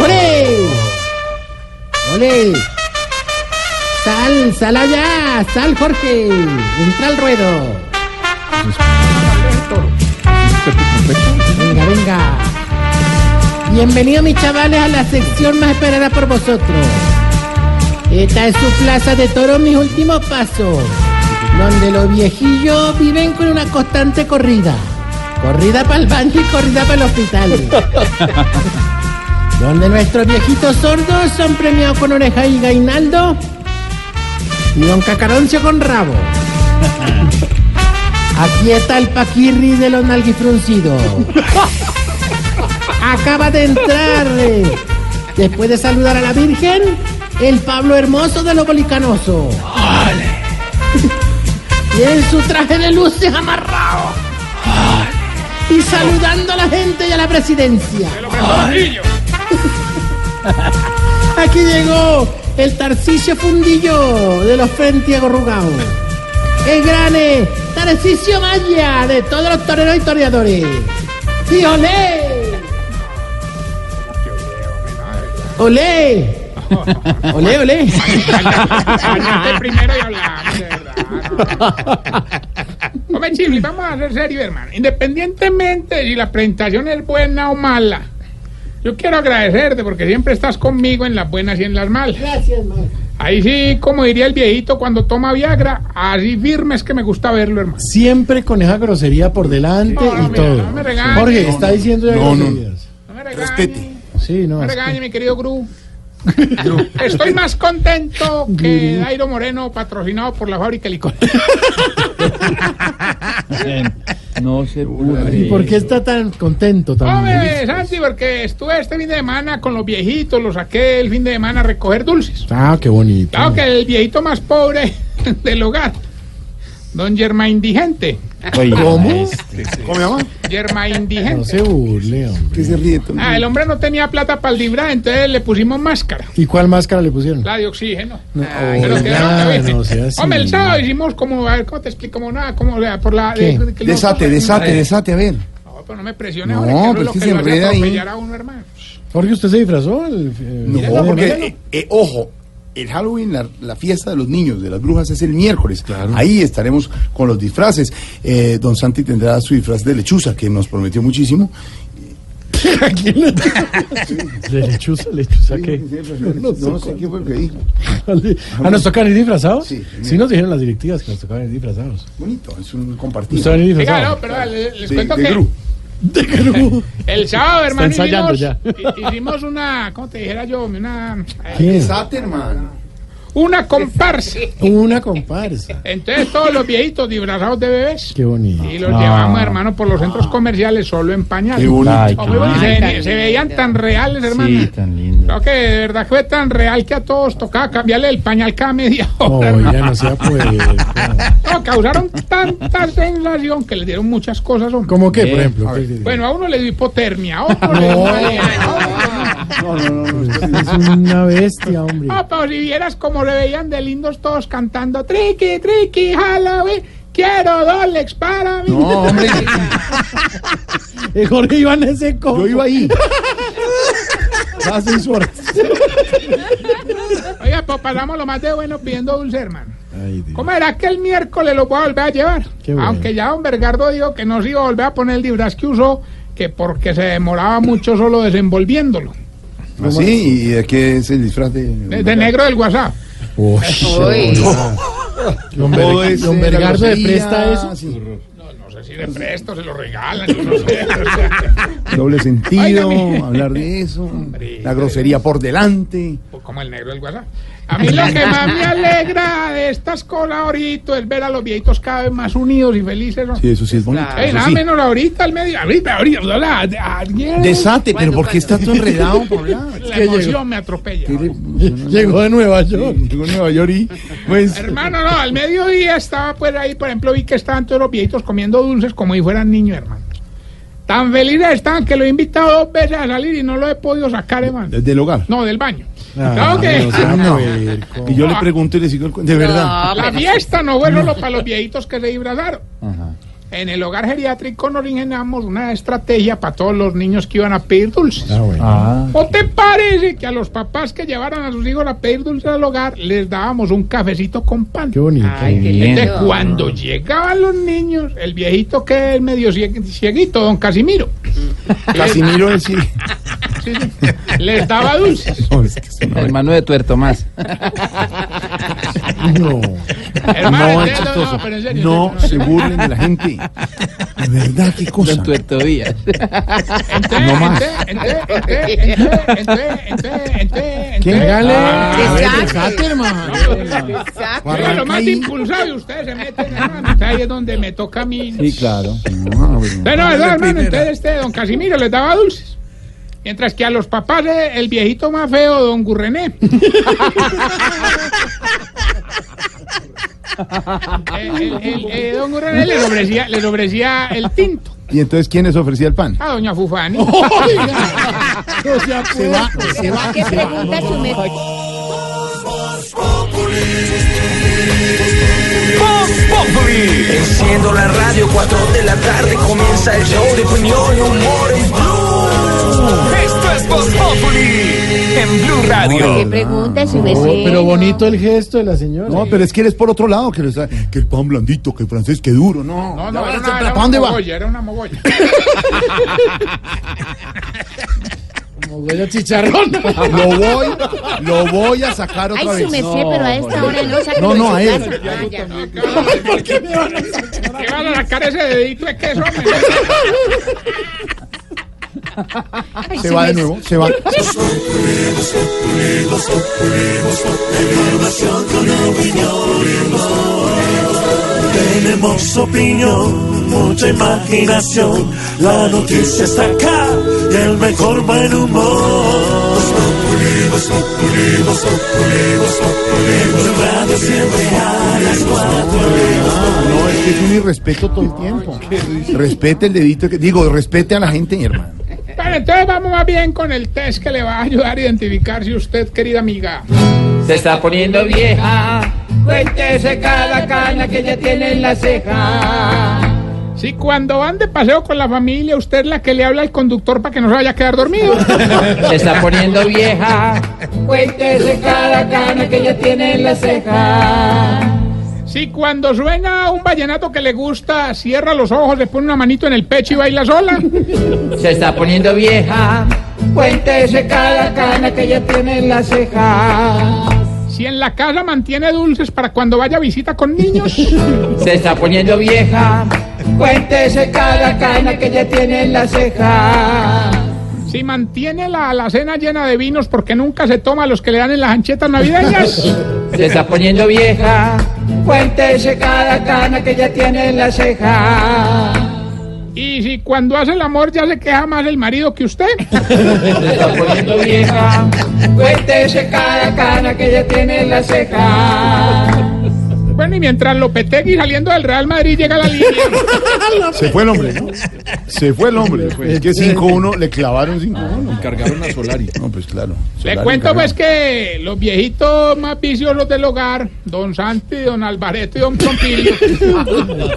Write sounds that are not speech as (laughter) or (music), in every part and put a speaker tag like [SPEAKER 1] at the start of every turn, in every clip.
[SPEAKER 1] ¡Ole! ¡Ole! ¡Sal, sal allá! ¡Sal, Jorge! ¡Entra al ruedo! Venga, venga. Bienvenidos mis chavales a la sección más esperada por vosotros. Esta es su plaza de toros, mis últimos pasos, donde los viejillos viven con una constante corrida. Corrida para el baño y corrida para el hospital. donde nuestros viejitos sordos son premiados con oreja y gainaldo y don Cacaroncio con rabo. Aquí está el paquirri de los nalguifruncidos. Acaba de entrar, eh, después de saludar a la Virgen, el Pablo Hermoso de los Bolicanosos. (laughs) Y en su traje de luces amarrado. Y saludando a la gente y a la presidencia. Aquí llegó el Tarcisio Fundillo de los Frente Agorrugados. El gran eh, Tarcisio Maya de todos los toreros y toreadores. ¡Y olé! ¡Olé!
[SPEAKER 2] (laughs)
[SPEAKER 1] ¡Olé, olé!
[SPEAKER 2] Hablaste primero y hablamos, de verdad. no. Hombre, Chifli, vamos a ser serios, hermano. Independientemente de si la presentación es buena o mala, yo quiero agradecerte porque siempre estás conmigo en las buenas y en las malas.
[SPEAKER 1] Gracias, maestro.
[SPEAKER 2] Ahí sí, como diría el viejito cuando toma Viagra, así firme es que me gusta verlo, hermano.
[SPEAKER 3] Siempre con esa grosería por delante
[SPEAKER 2] No, no,
[SPEAKER 3] y
[SPEAKER 2] mira,
[SPEAKER 3] todo.
[SPEAKER 2] no me regañes.
[SPEAKER 3] Jorge, está diciendo ya
[SPEAKER 4] No, no.
[SPEAKER 3] groserías.
[SPEAKER 2] No me regañes.
[SPEAKER 4] Respete.
[SPEAKER 3] Sí, no.
[SPEAKER 2] No me
[SPEAKER 3] es que-
[SPEAKER 2] regañe, mi querido Gru. Estoy más contento que Dairo Moreno, patrocinado por la fábrica de licor.
[SPEAKER 5] No se puede.
[SPEAKER 3] ¿Y por qué está tan contento también?
[SPEAKER 2] Hombre, Santi, porque estuve este fin de semana con los viejitos, los saqué el fin de semana a recoger dulces.
[SPEAKER 3] Ah, qué bonito.
[SPEAKER 2] Claro que el viejito más pobre (laughs) del hogar, don Germán Indigente.
[SPEAKER 3] ¿Cómo?
[SPEAKER 4] ¿Cómo me llama?
[SPEAKER 2] Germán
[SPEAKER 3] No
[SPEAKER 2] Indigente.
[SPEAKER 3] se burle,
[SPEAKER 4] Que
[SPEAKER 3] hombre.
[SPEAKER 4] se ríe todo.
[SPEAKER 2] Ah, el hombre no tenía plata para el librar, entonces le pusimos máscara,
[SPEAKER 3] ¿Y cuál máscara le pusieron?
[SPEAKER 2] la de oxígeno. Ah,
[SPEAKER 3] No,
[SPEAKER 2] Pero
[SPEAKER 3] oiga,
[SPEAKER 2] quedaron, ¿viste?
[SPEAKER 3] no sea así.
[SPEAKER 2] Hombre, el sábado hicimos como, a ver, ¿cómo te explico? Como nada, como o sea, por la...
[SPEAKER 3] ¿Qué?
[SPEAKER 2] que los-
[SPEAKER 4] Desate, desate, desate, a ver.
[SPEAKER 2] No, pero no me presiones,
[SPEAKER 4] No,
[SPEAKER 2] hombre, que eso
[SPEAKER 4] pero
[SPEAKER 2] es lo
[SPEAKER 4] es que
[SPEAKER 2] que
[SPEAKER 4] se
[SPEAKER 2] lo hace
[SPEAKER 4] enreda ahí.
[SPEAKER 2] atropellar a uno, hermano.
[SPEAKER 1] Pues
[SPEAKER 3] Jorge, ¿usted se disfrazó? El, eh,
[SPEAKER 4] No,
[SPEAKER 3] Jorge
[SPEAKER 4] porque,
[SPEAKER 3] Melo?
[SPEAKER 4] eh, eh, ojo, el Halloween, la, la fiesta de los niños, de las brujas, es el miércoles. Ahí estaremos con los disfraces. Eh, don Santi tendrá su disfraz de lechuza, que nos prometió muchísimo. (laughs)
[SPEAKER 3] De (laughs) lechuza, lechuza, ¿qué?
[SPEAKER 4] No, sé qué fue lo que dijo.
[SPEAKER 3] ¿Ah, nos tocan ir disfrazados?
[SPEAKER 4] Sí.
[SPEAKER 3] Sí, nos dijeron las directivas que nos tocaban ir disfrazados.
[SPEAKER 4] Bonito, es un compartido.
[SPEAKER 3] ¿Usted va a ir
[SPEAKER 2] Oiga,
[SPEAKER 3] disfrazado?
[SPEAKER 2] no, pero le- les
[SPEAKER 4] De-
[SPEAKER 2] cuento
[SPEAKER 4] de
[SPEAKER 2] que...
[SPEAKER 4] Gru.
[SPEAKER 3] (laughs) De Gru.
[SPEAKER 2] El sábado, hermano,
[SPEAKER 3] ensayando
[SPEAKER 2] hicimos, hi- hicimos una, ¿cómo te dijera yo? Una,
[SPEAKER 3] ¿Quién?
[SPEAKER 4] Desate, hermano.
[SPEAKER 2] una comparsa.
[SPEAKER 3] Una comparsa.
[SPEAKER 2] Entonces todos los viejitos disfrazados de bebés.
[SPEAKER 3] Qué bonito.
[SPEAKER 2] Y los llevamos, hermano, por los centros comerciales solo en pañales.
[SPEAKER 4] Qué bonito.
[SPEAKER 5] Ay,
[SPEAKER 2] Oh, muy bonito,
[SPEAKER 5] qué
[SPEAKER 2] se,
[SPEAKER 6] tan
[SPEAKER 2] ve- se
[SPEAKER 6] linda.
[SPEAKER 2] veían tan reales, hermano.
[SPEAKER 5] sí, tan lindo.
[SPEAKER 2] Creo que de verdad fue tan real que a todos tocaba cambiarle el pañal cada media (laughs) hora.
[SPEAKER 3] Oiga,
[SPEAKER 2] hermano.
[SPEAKER 3] no sea pues.
[SPEAKER 2] No, causaron tanta sensación que le dieron muchas cosas. hombre.
[SPEAKER 3] ¿Cómo qué, por ejemplo? ¿Qué- qué-
[SPEAKER 2] Bueno, a uno le dio hipotermia, a otro le dio malaria, a otro-
[SPEAKER 4] No, no, no. no, usted-
[SPEAKER 3] Es una bestia, hombre.
[SPEAKER 2] No, pero si vieras como le veían de lindos todos cantando Triqui, triqui, Halloween, quiero Dolex para mí.
[SPEAKER 4] no, hombre.
[SPEAKER 3] Eh, Jorge Iván ese combo. Ah,
[SPEAKER 4] Yo iba ahí.
[SPEAKER 3] a seis horas.
[SPEAKER 2] Oiga, pues pasamos lo más de bueno pidiendo dulce, hermano.
[SPEAKER 3] Ay, Dios.
[SPEAKER 2] ¿Cómo era que el miércoles lo voy a volver a llevar?
[SPEAKER 3] Qué bueno.
[SPEAKER 2] Aunque ya don Bergardo dijo que no se iba a volver a poner el disfraz que usó, que porque se demoraba mucho solo desenvolviéndolo.
[SPEAKER 4] ¿Así? ¿Y de qué es el disfraz de.?
[SPEAKER 2] De, de negro del WhatsApp.
[SPEAKER 3] Uy,
[SPEAKER 6] Uy.
[SPEAKER 3] Don, Ber-
[SPEAKER 4] Todo es,
[SPEAKER 3] Don
[SPEAKER 4] eh,
[SPEAKER 3] Bergardo de
[SPEAKER 4] grosería,
[SPEAKER 3] presta eso.
[SPEAKER 4] sí.
[SPEAKER 2] No, no sé si de presto se lo regalan, yo no
[SPEAKER 3] (laughs)
[SPEAKER 2] sé. o sea,
[SPEAKER 4] (laughs) Doble sentido,
[SPEAKER 2] Oiga, mi-
[SPEAKER 4] hablar de eso. La grosería por delante.
[SPEAKER 2] porque como el negro del WhatsApp. A mí lo que más me alegra de estas cosas ahorita es ver a los viejitos cada vez más unidos y felices. ¿no?
[SPEAKER 4] Sí, eso sí es bonito.
[SPEAKER 2] Ey,
[SPEAKER 4] Ah, eso
[SPEAKER 2] nada
[SPEAKER 4] sí.
[SPEAKER 2] menos ahorita, al medio. Ahorita, ahorita, hola, de- ayer,
[SPEAKER 4] Desate, pero ¿por qué estás todo enredado para hablar?
[SPEAKER 2] La
[SPEAKER 4] que llegó-
[SPEAKER 2] emoción me atropella.
[SPEAKER 4] Llegó de Nueva York. Llegó de Nueva York y pues
[SPEAKER 2] Hermano, no, al mediodía estaba pues ahí, por ejemplo, vi que estaban todos los viejitos comiendo dulces como si fueran niños, hermano. Tan felices están que lo he invitado dos veces a salir y no lo he podido sacar, hermano.
[SPEAKER 4] desde el hogar.
[SPEAKER 2] No, del baño.
[SPEAKER 4] Ah,
[SPEAKER 2] Claro que
[SPEAKER 4] o sea, puerco. Y yo le pregunto y le sigo el cu- de verdad.
[SPEAKER 2] la fiesta no fue solo para los viejitos que se disfrazaron. En el hogar geriátrico nos originamos una estrategia para todos los niños que iban a pedir dulces.
[SPEAKER 5] Ah,
[SPEAKER 2] ¿O te parece que a los papás que llevaron a sus hijos a pedir dulces al hogar les dábamos un cafecito con pan?
[SPEAKER 3] bonito.
[SPEAKER 2] De
[SPEAKER 5] bien.
[SPEAKER 2] cuando llegaban los niños, el viejito que es medio cie- cieguito, don Casimiro, (laughs)
[SPEAKER 4] Casimiro decir.
[SPEAKER 2] sí, sí, les daba dulces.
[SPEAKER 4] (laughs) No, es que eso no es-
[SPEAKER 5] Hermano de Tuerto Más.
[SPEAKER 4] No.
[SPEAKER 2] Hermano,
[SPEAKER 4] No,
[SPEAKER 2] en serio,
[SPEAKER 4] es chistoso.
[SPEAKER 2] pero en serio, en
[SPEAKER 4] No
[SPEAKER 2] serio,
[SPEAKER 4] se burlen de la gente. De verdad, qué cosa.
[SPEAKER 5] Don Tuerto Díaz.
[SPEAKER 2] Entré,
[SPEAKER 4] No más.
[SPEAKER 2] entré, entré, entré, entré, entré, entré, entré.
[SPEAKER 4] ¿Quién
[SPEAKER 2] Ah,
[SPEAKER 4] gale?
[SPEAKER 7] Desate, hermano.
[SPEAKER 2] Oiga, lo más impulsado y ustedes se meten, hermano. Usted Ahí es donde me toca a mí.
[SPEAKER 5] Sí, claro.
[SPEAKER 2] Pero no, no, hermano, entonces este don Casimiro les daba dulces. Mientras que a los papás eh, el viejito más feo, don Gurrené. (laughs) Eh, el- el- eh, don Gurrené les ofrecía, les ofrecía el tinto
[SPEAKER 4] Y entonces, ¿quién les ofrecía el pan?
[SPEAKER 2] a doña (laughs) Fufani.
[SPEAKER 4] Se va, se va.
[SPEAKER 8] ¿Qué pregunta su
[SPEAKER 7] Enciendo la radio, 4 de la tarde comienza el show de opinión y humor en Blue. Esto es Voz Populi en Blue Radio.
[SPEAKER 8] pregunta su
[SPEAKER 3] Pero bonito el gesto de la señora.
[SPEAKER 4] No, pero es que él es por otro lado, que, lo está- que el pan blandito, que el francés, que duro, no.
[SPEAKER 2] No, no, este,
[SPEAKER 4] Ya
[SPEAKER 2] era
[SPEAKER 4] basta,
[SPEAKER 2] una,
[SPEAKER 4] ¿para
[SPEAKER 2] era
[SPEAKER 4] dónde
[SPEAKER 2] una
[SPEAKER 4] va?
[SPEAKER 2] mogolla, era una mogolla.
[SPEAKER 3] Como huele a chicharrón.
[SPEAKER 4] Lo voy, lo voy a sacar otra vez.
[SPEAKER 8] pero a esta hora no saca
[SPEAKER 4] No, no, a él.
[SPEAKER 2] ¿Por qué me van a sacar? ¿Qué van a sacar ese dedito de queso? hombre?
[SPEAKER 4] Se va de nuevo, se
[SPEAKER 7] (laughs)
[SPEAKER 4] va. (laughs)
[SPEAKER 7] Tenemos opinión, mucha imaginación. La noticia está acá y el mejor buen humor. Voz Populi, Voz Populi, Voz Populi, Voz Populi. Blue Radio siempre a las cuatro.
[SPEAKER 4] No, es que es un irrespeto todo el tiempo. Respete el dedito, que, digo, respete a la gente, hermano.
[SPEAKER 2] Bueno, entonces vamos más bien con el test que le va a ayudar a identificar si usted, querida amiga.
[SPEAKER 3] Se está poniendo vieja. Cuéntese cada cana que ya tiene en la ceja.
[SPEAKER 2] Si cuando van de paseo con la familia, usted es la que le habla al conductor para que no se vaya a quedar dormido.
[SPEAKER 3] Se está poniendo vieja. Cuéntese cada cana que ya tiene en la ceja.
[SPEAKER 2] Si cuando suena un vallenato que le gusta, cierra los ojos, le pone una manito en el pecho y baila sola.
[SPEAKER 3] Se está poniendo vieja. Cuéntese cada cana que ya tiene en la ceja.
[SPEAKER 2] Si en la casa mantiene dulces para cuando vaya a visita con niños.
[SPEAKER 3] (laughs) Se está poniendo vieja. Cuéntese cada cana que ya tiene en la ceja.
[SPEAKER 2] Si mantiene la alacena llena de vinos porque nunca se toma los que le dan en las anchetas
[SPEAKER 3] (laughs)
[SPEAKER 2] navideñas.
[SPEAKER 3] Se está poniendo vieja. Cuéntese cada cana que ya tiene en la ceja.
[SPEAKER 2] Y si cuando hace el amor ya se queja más el marido que usted.
[SPEAKER 3] Se está poniendo vieja. Cuéntese cada cana que ya tiene en la ceja.
[SPEAKER 2] Bueno, y mientras Lopetegui saliendo del Real Madrid llega a la
[SPEAKER 3] (laughs)
[SPEAKER 2] línea.
[SPEAKER 4] Se fue el hombre, ¿no? Se fue el hombre. Es que 5-1, le clavaron 5-1. Cargaron a Solari. No, pues claro.
[SPEAKER 2] Le
[SPEAKER 4] Solari
[SPEAKER 2] cuento
[SPEAKER 4] cargó.
[SPEAKER 2] pues que los viejitos más viciosos del hogar, don Santi, don Alvareto y
[SPEAKER 5] (laughs)
[SPEAKER 2] don Prompilio.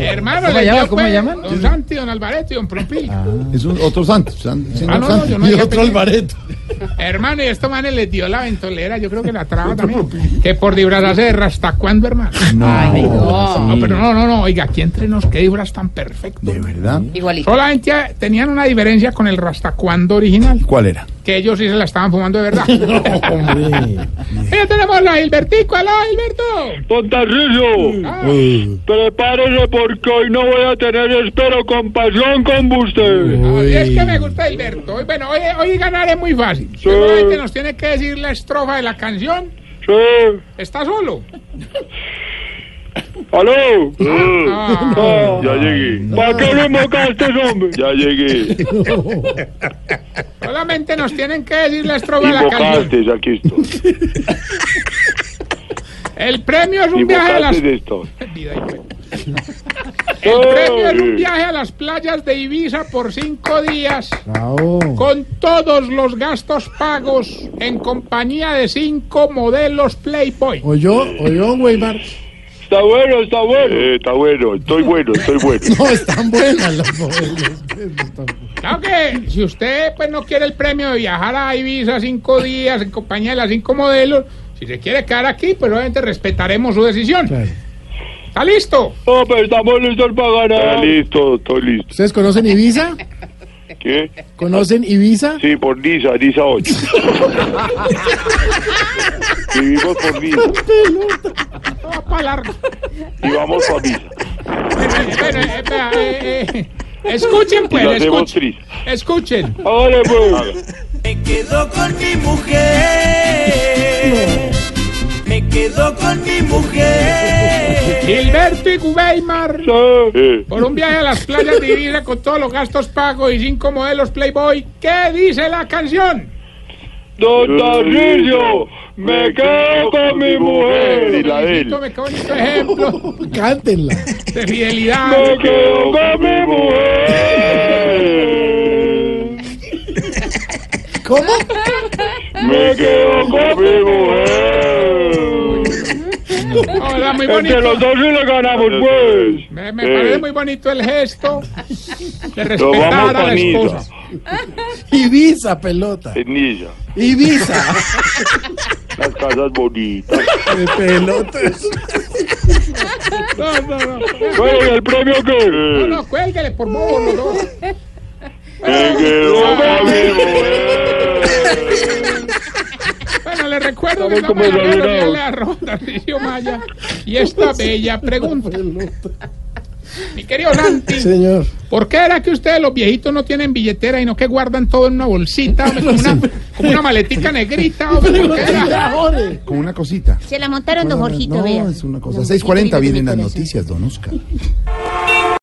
[SPEAKER 2] Hermano,
[SPEAKER 5] ¿Cómo
[SPEAKER 2] les
[SPEAKER 5] llama?
[SPEAKER 2] dio,
[SPEAKER 5] ¿Cómo llaman?
[SPEAKER 2] Don Santi, don Alvareto y don Prompilio.
[SPEAKER 4] Ah, Es un, otro Santos. San- señor
[SPEAKER 2] Ah, no, no,
[SPEAKER 4] Santos.
[SPEAKER 2] yo no dije apellido.
[SPEAKER 3] Alvareto.
[SPEAKER 2] (laughs) Hermano, y estos manes les dio la ventolera, yo creo que la traba también. que por disfrazarse de Rastacuando, hermano. No, pero no, no, no, oiga, aquí entre nos, qué disfraz tan perfecto.
[SPEAKER 4] De verdad.
[SPEAKER 7] Igualito.
[SPEAKER 2] Solamente eh, tenían una diferencia con el Rastacuando original.
[SPEAKER 4] ¿Cuál era?
[SPEAKER 2] que ellos sí se la estaban fumando de verdad. Mira, tenemos a Gilbertico, aló Gilberto.
[SPEAKER 7] Pontarrillo, prepárese porque hoy no voy a tener, espero, compasión con usted.
[SPEAKER 2] Y Ah, es que me gusta Gilberto. Hoy, bueno, hoy, hoy ganar es muy fácil. Seguramente nos tiene que decir la estrofa de la canción.
[SPEAKER 7] Sí.
[SPEAKER 2] ¿Está solo?
[SPEAKER 7] ¿Aló?
[SPEAKER 4] Ah,
[SPEAKER 7] ya llegué. ¿Para qué lo invocaste, este hombre? Ya llegué.
[SPEAKER 2] Solamente nos tienen que decir la estrofa de la canción.
[SPEAKER 7] Invocaste, aquí estoy.
[SPEAKER 2] El premio es un viaje a las...
[SPEAKER 7] Invocaste esto.
[SPEAKER 2] El premio es un viaje a las playas de Ibiza por cinco días. Con todos los gastos pagos en compañía de cinco modelos Playboy.
[SPEAKER 9] Oyó, oyó, Weimar.
[SPEAKER 7] Está bueno, está bueno.
[SPEAKER 4] Eh,
[SPEAKER 7] está bueno, estoy bueno, estoy bueno. (laughs)
[SPEAKER 9] No, están buenas las novelas.
[SPEAKER 2] Claro que si usted pues no quiere el premio de viajar a Ibiza cinco días en compañía de las cinco modelos, si se quiere quedar aquí, pues obviamente respetaremos su decisión. ¿Está listo?
[SPEAKER 7] No, pero estamos listos para ganar. Está listo, estoy listo.
[SPEAKER 9] ¿Ustedes conocen Ibiza?
[SPEAKER 7] ¿Qué?
[SPEAKER 9] ¿Conocen Ibiza?
[SPEAKER 7] Sí, por Niza, Niza (laughs) 8. Vivimos por Niza
[SPEAKER 2] Todo para largo.
[SPEAKER 7] y vamos para Niza.
[SPEAKER 2] Bueno, eh, vea, eh, eh, Escuchen
[SPEAKER 7] Y la
[SPEAKER 2] pues,
[SPEAKER 7] hacemos
[SPEAKER 2] escuchen. Escuchen.
[SPEAKER 7] Ahora pues.
[SPEAKER 3] Me quedo con mi mujer. Me quedo con mi mujer.
[SPEAKER 2] Gilberto y Gubeimar. Por un viaje a las playas de Ibiza con todos los gastos pagos y cinco modelos Playboy. ¿Qué dice la canción?
[SPEAKER 7] Don Tarrillo, me quedo con mi mujer. Y la de él.
[SPEAKER 2] Esto me cago en este ejemplo
[SPEAKER 9] Cántenla.
[SPEAKER 2] de fidelidad.
[SPEAKER 7] Me quedo con mi mujer.
[SPEAKER 9] ¿Cómo?
[SPEAKER 7] Me quedo con mi mujer.
[SPEAKER 2] Hola, Oh, muy
[SPEAKER 7] Entre
[SPEAKER 2] bonito.
[SPEAKER 7] los dos sí le ganamos, pues.
[SPEAKER 2] Me, me parece muy bonito el gesto de
[SPEAKER 7] Lo vamos
[SPEAKER 2] respetar a
[SPEAKER 7] para
[SPEAKER 2] la
[SPEAKER 7] Niza.
[SPEAKER 2] esposa.
[SPEAKER 9] Ibiza, pelota.
[SPEAKER 7] En Niza.
[SPEAKER 9] Ibiza.
[SPEAKER 7] Las casas bonitas.
[SPEAKER 9] De pelotas.
[SPEAKER 2] No, no, no.
[SPEAKER 7] Bueno, ¿y el premio
[SPEAKER 2] No,
[SPEAKER 7] qué?
[SPEAKER 2] no, cuélguele por favor. no.
[SPEAKER 7] Me quedo con mi mujer.
[SPEAKER 2] Bueno, les recuerdo que
[SPEAKER 7] Estamos como
[SPEAKER 2] estamos en la
[SPEAKER 7] desayunados.
[SPEAKER 2] la ronda, Tarcisio Maya. Y esta bella pregunta. Mi querido Santi,
[SPEAKER 9] Señor.
[SPEAKER 2] ¿por qué era que ustedes los viejitos no tienen billetera y no que guardan todo en una bolsita, hombre, como, una, como una maletica negrita? hombre? ¿Por qué era?
[SPEAKER 4] Con una cosita.
[SPEAKER 10] Se la montaron don Jorgito,
[SPEAKER 4] no,
[SPEAKER 10] vea.
[SPEAKER 4] es una cosa.
[SPEAKER 10] Don
[SPEAKER 4] 6.40
[SPEAKER 10] Jorgito,
[SPEAKER 4] vienen las
[SPEAKER 10] mi corazón.
[SPEAKER 4] noticias, don Oscar.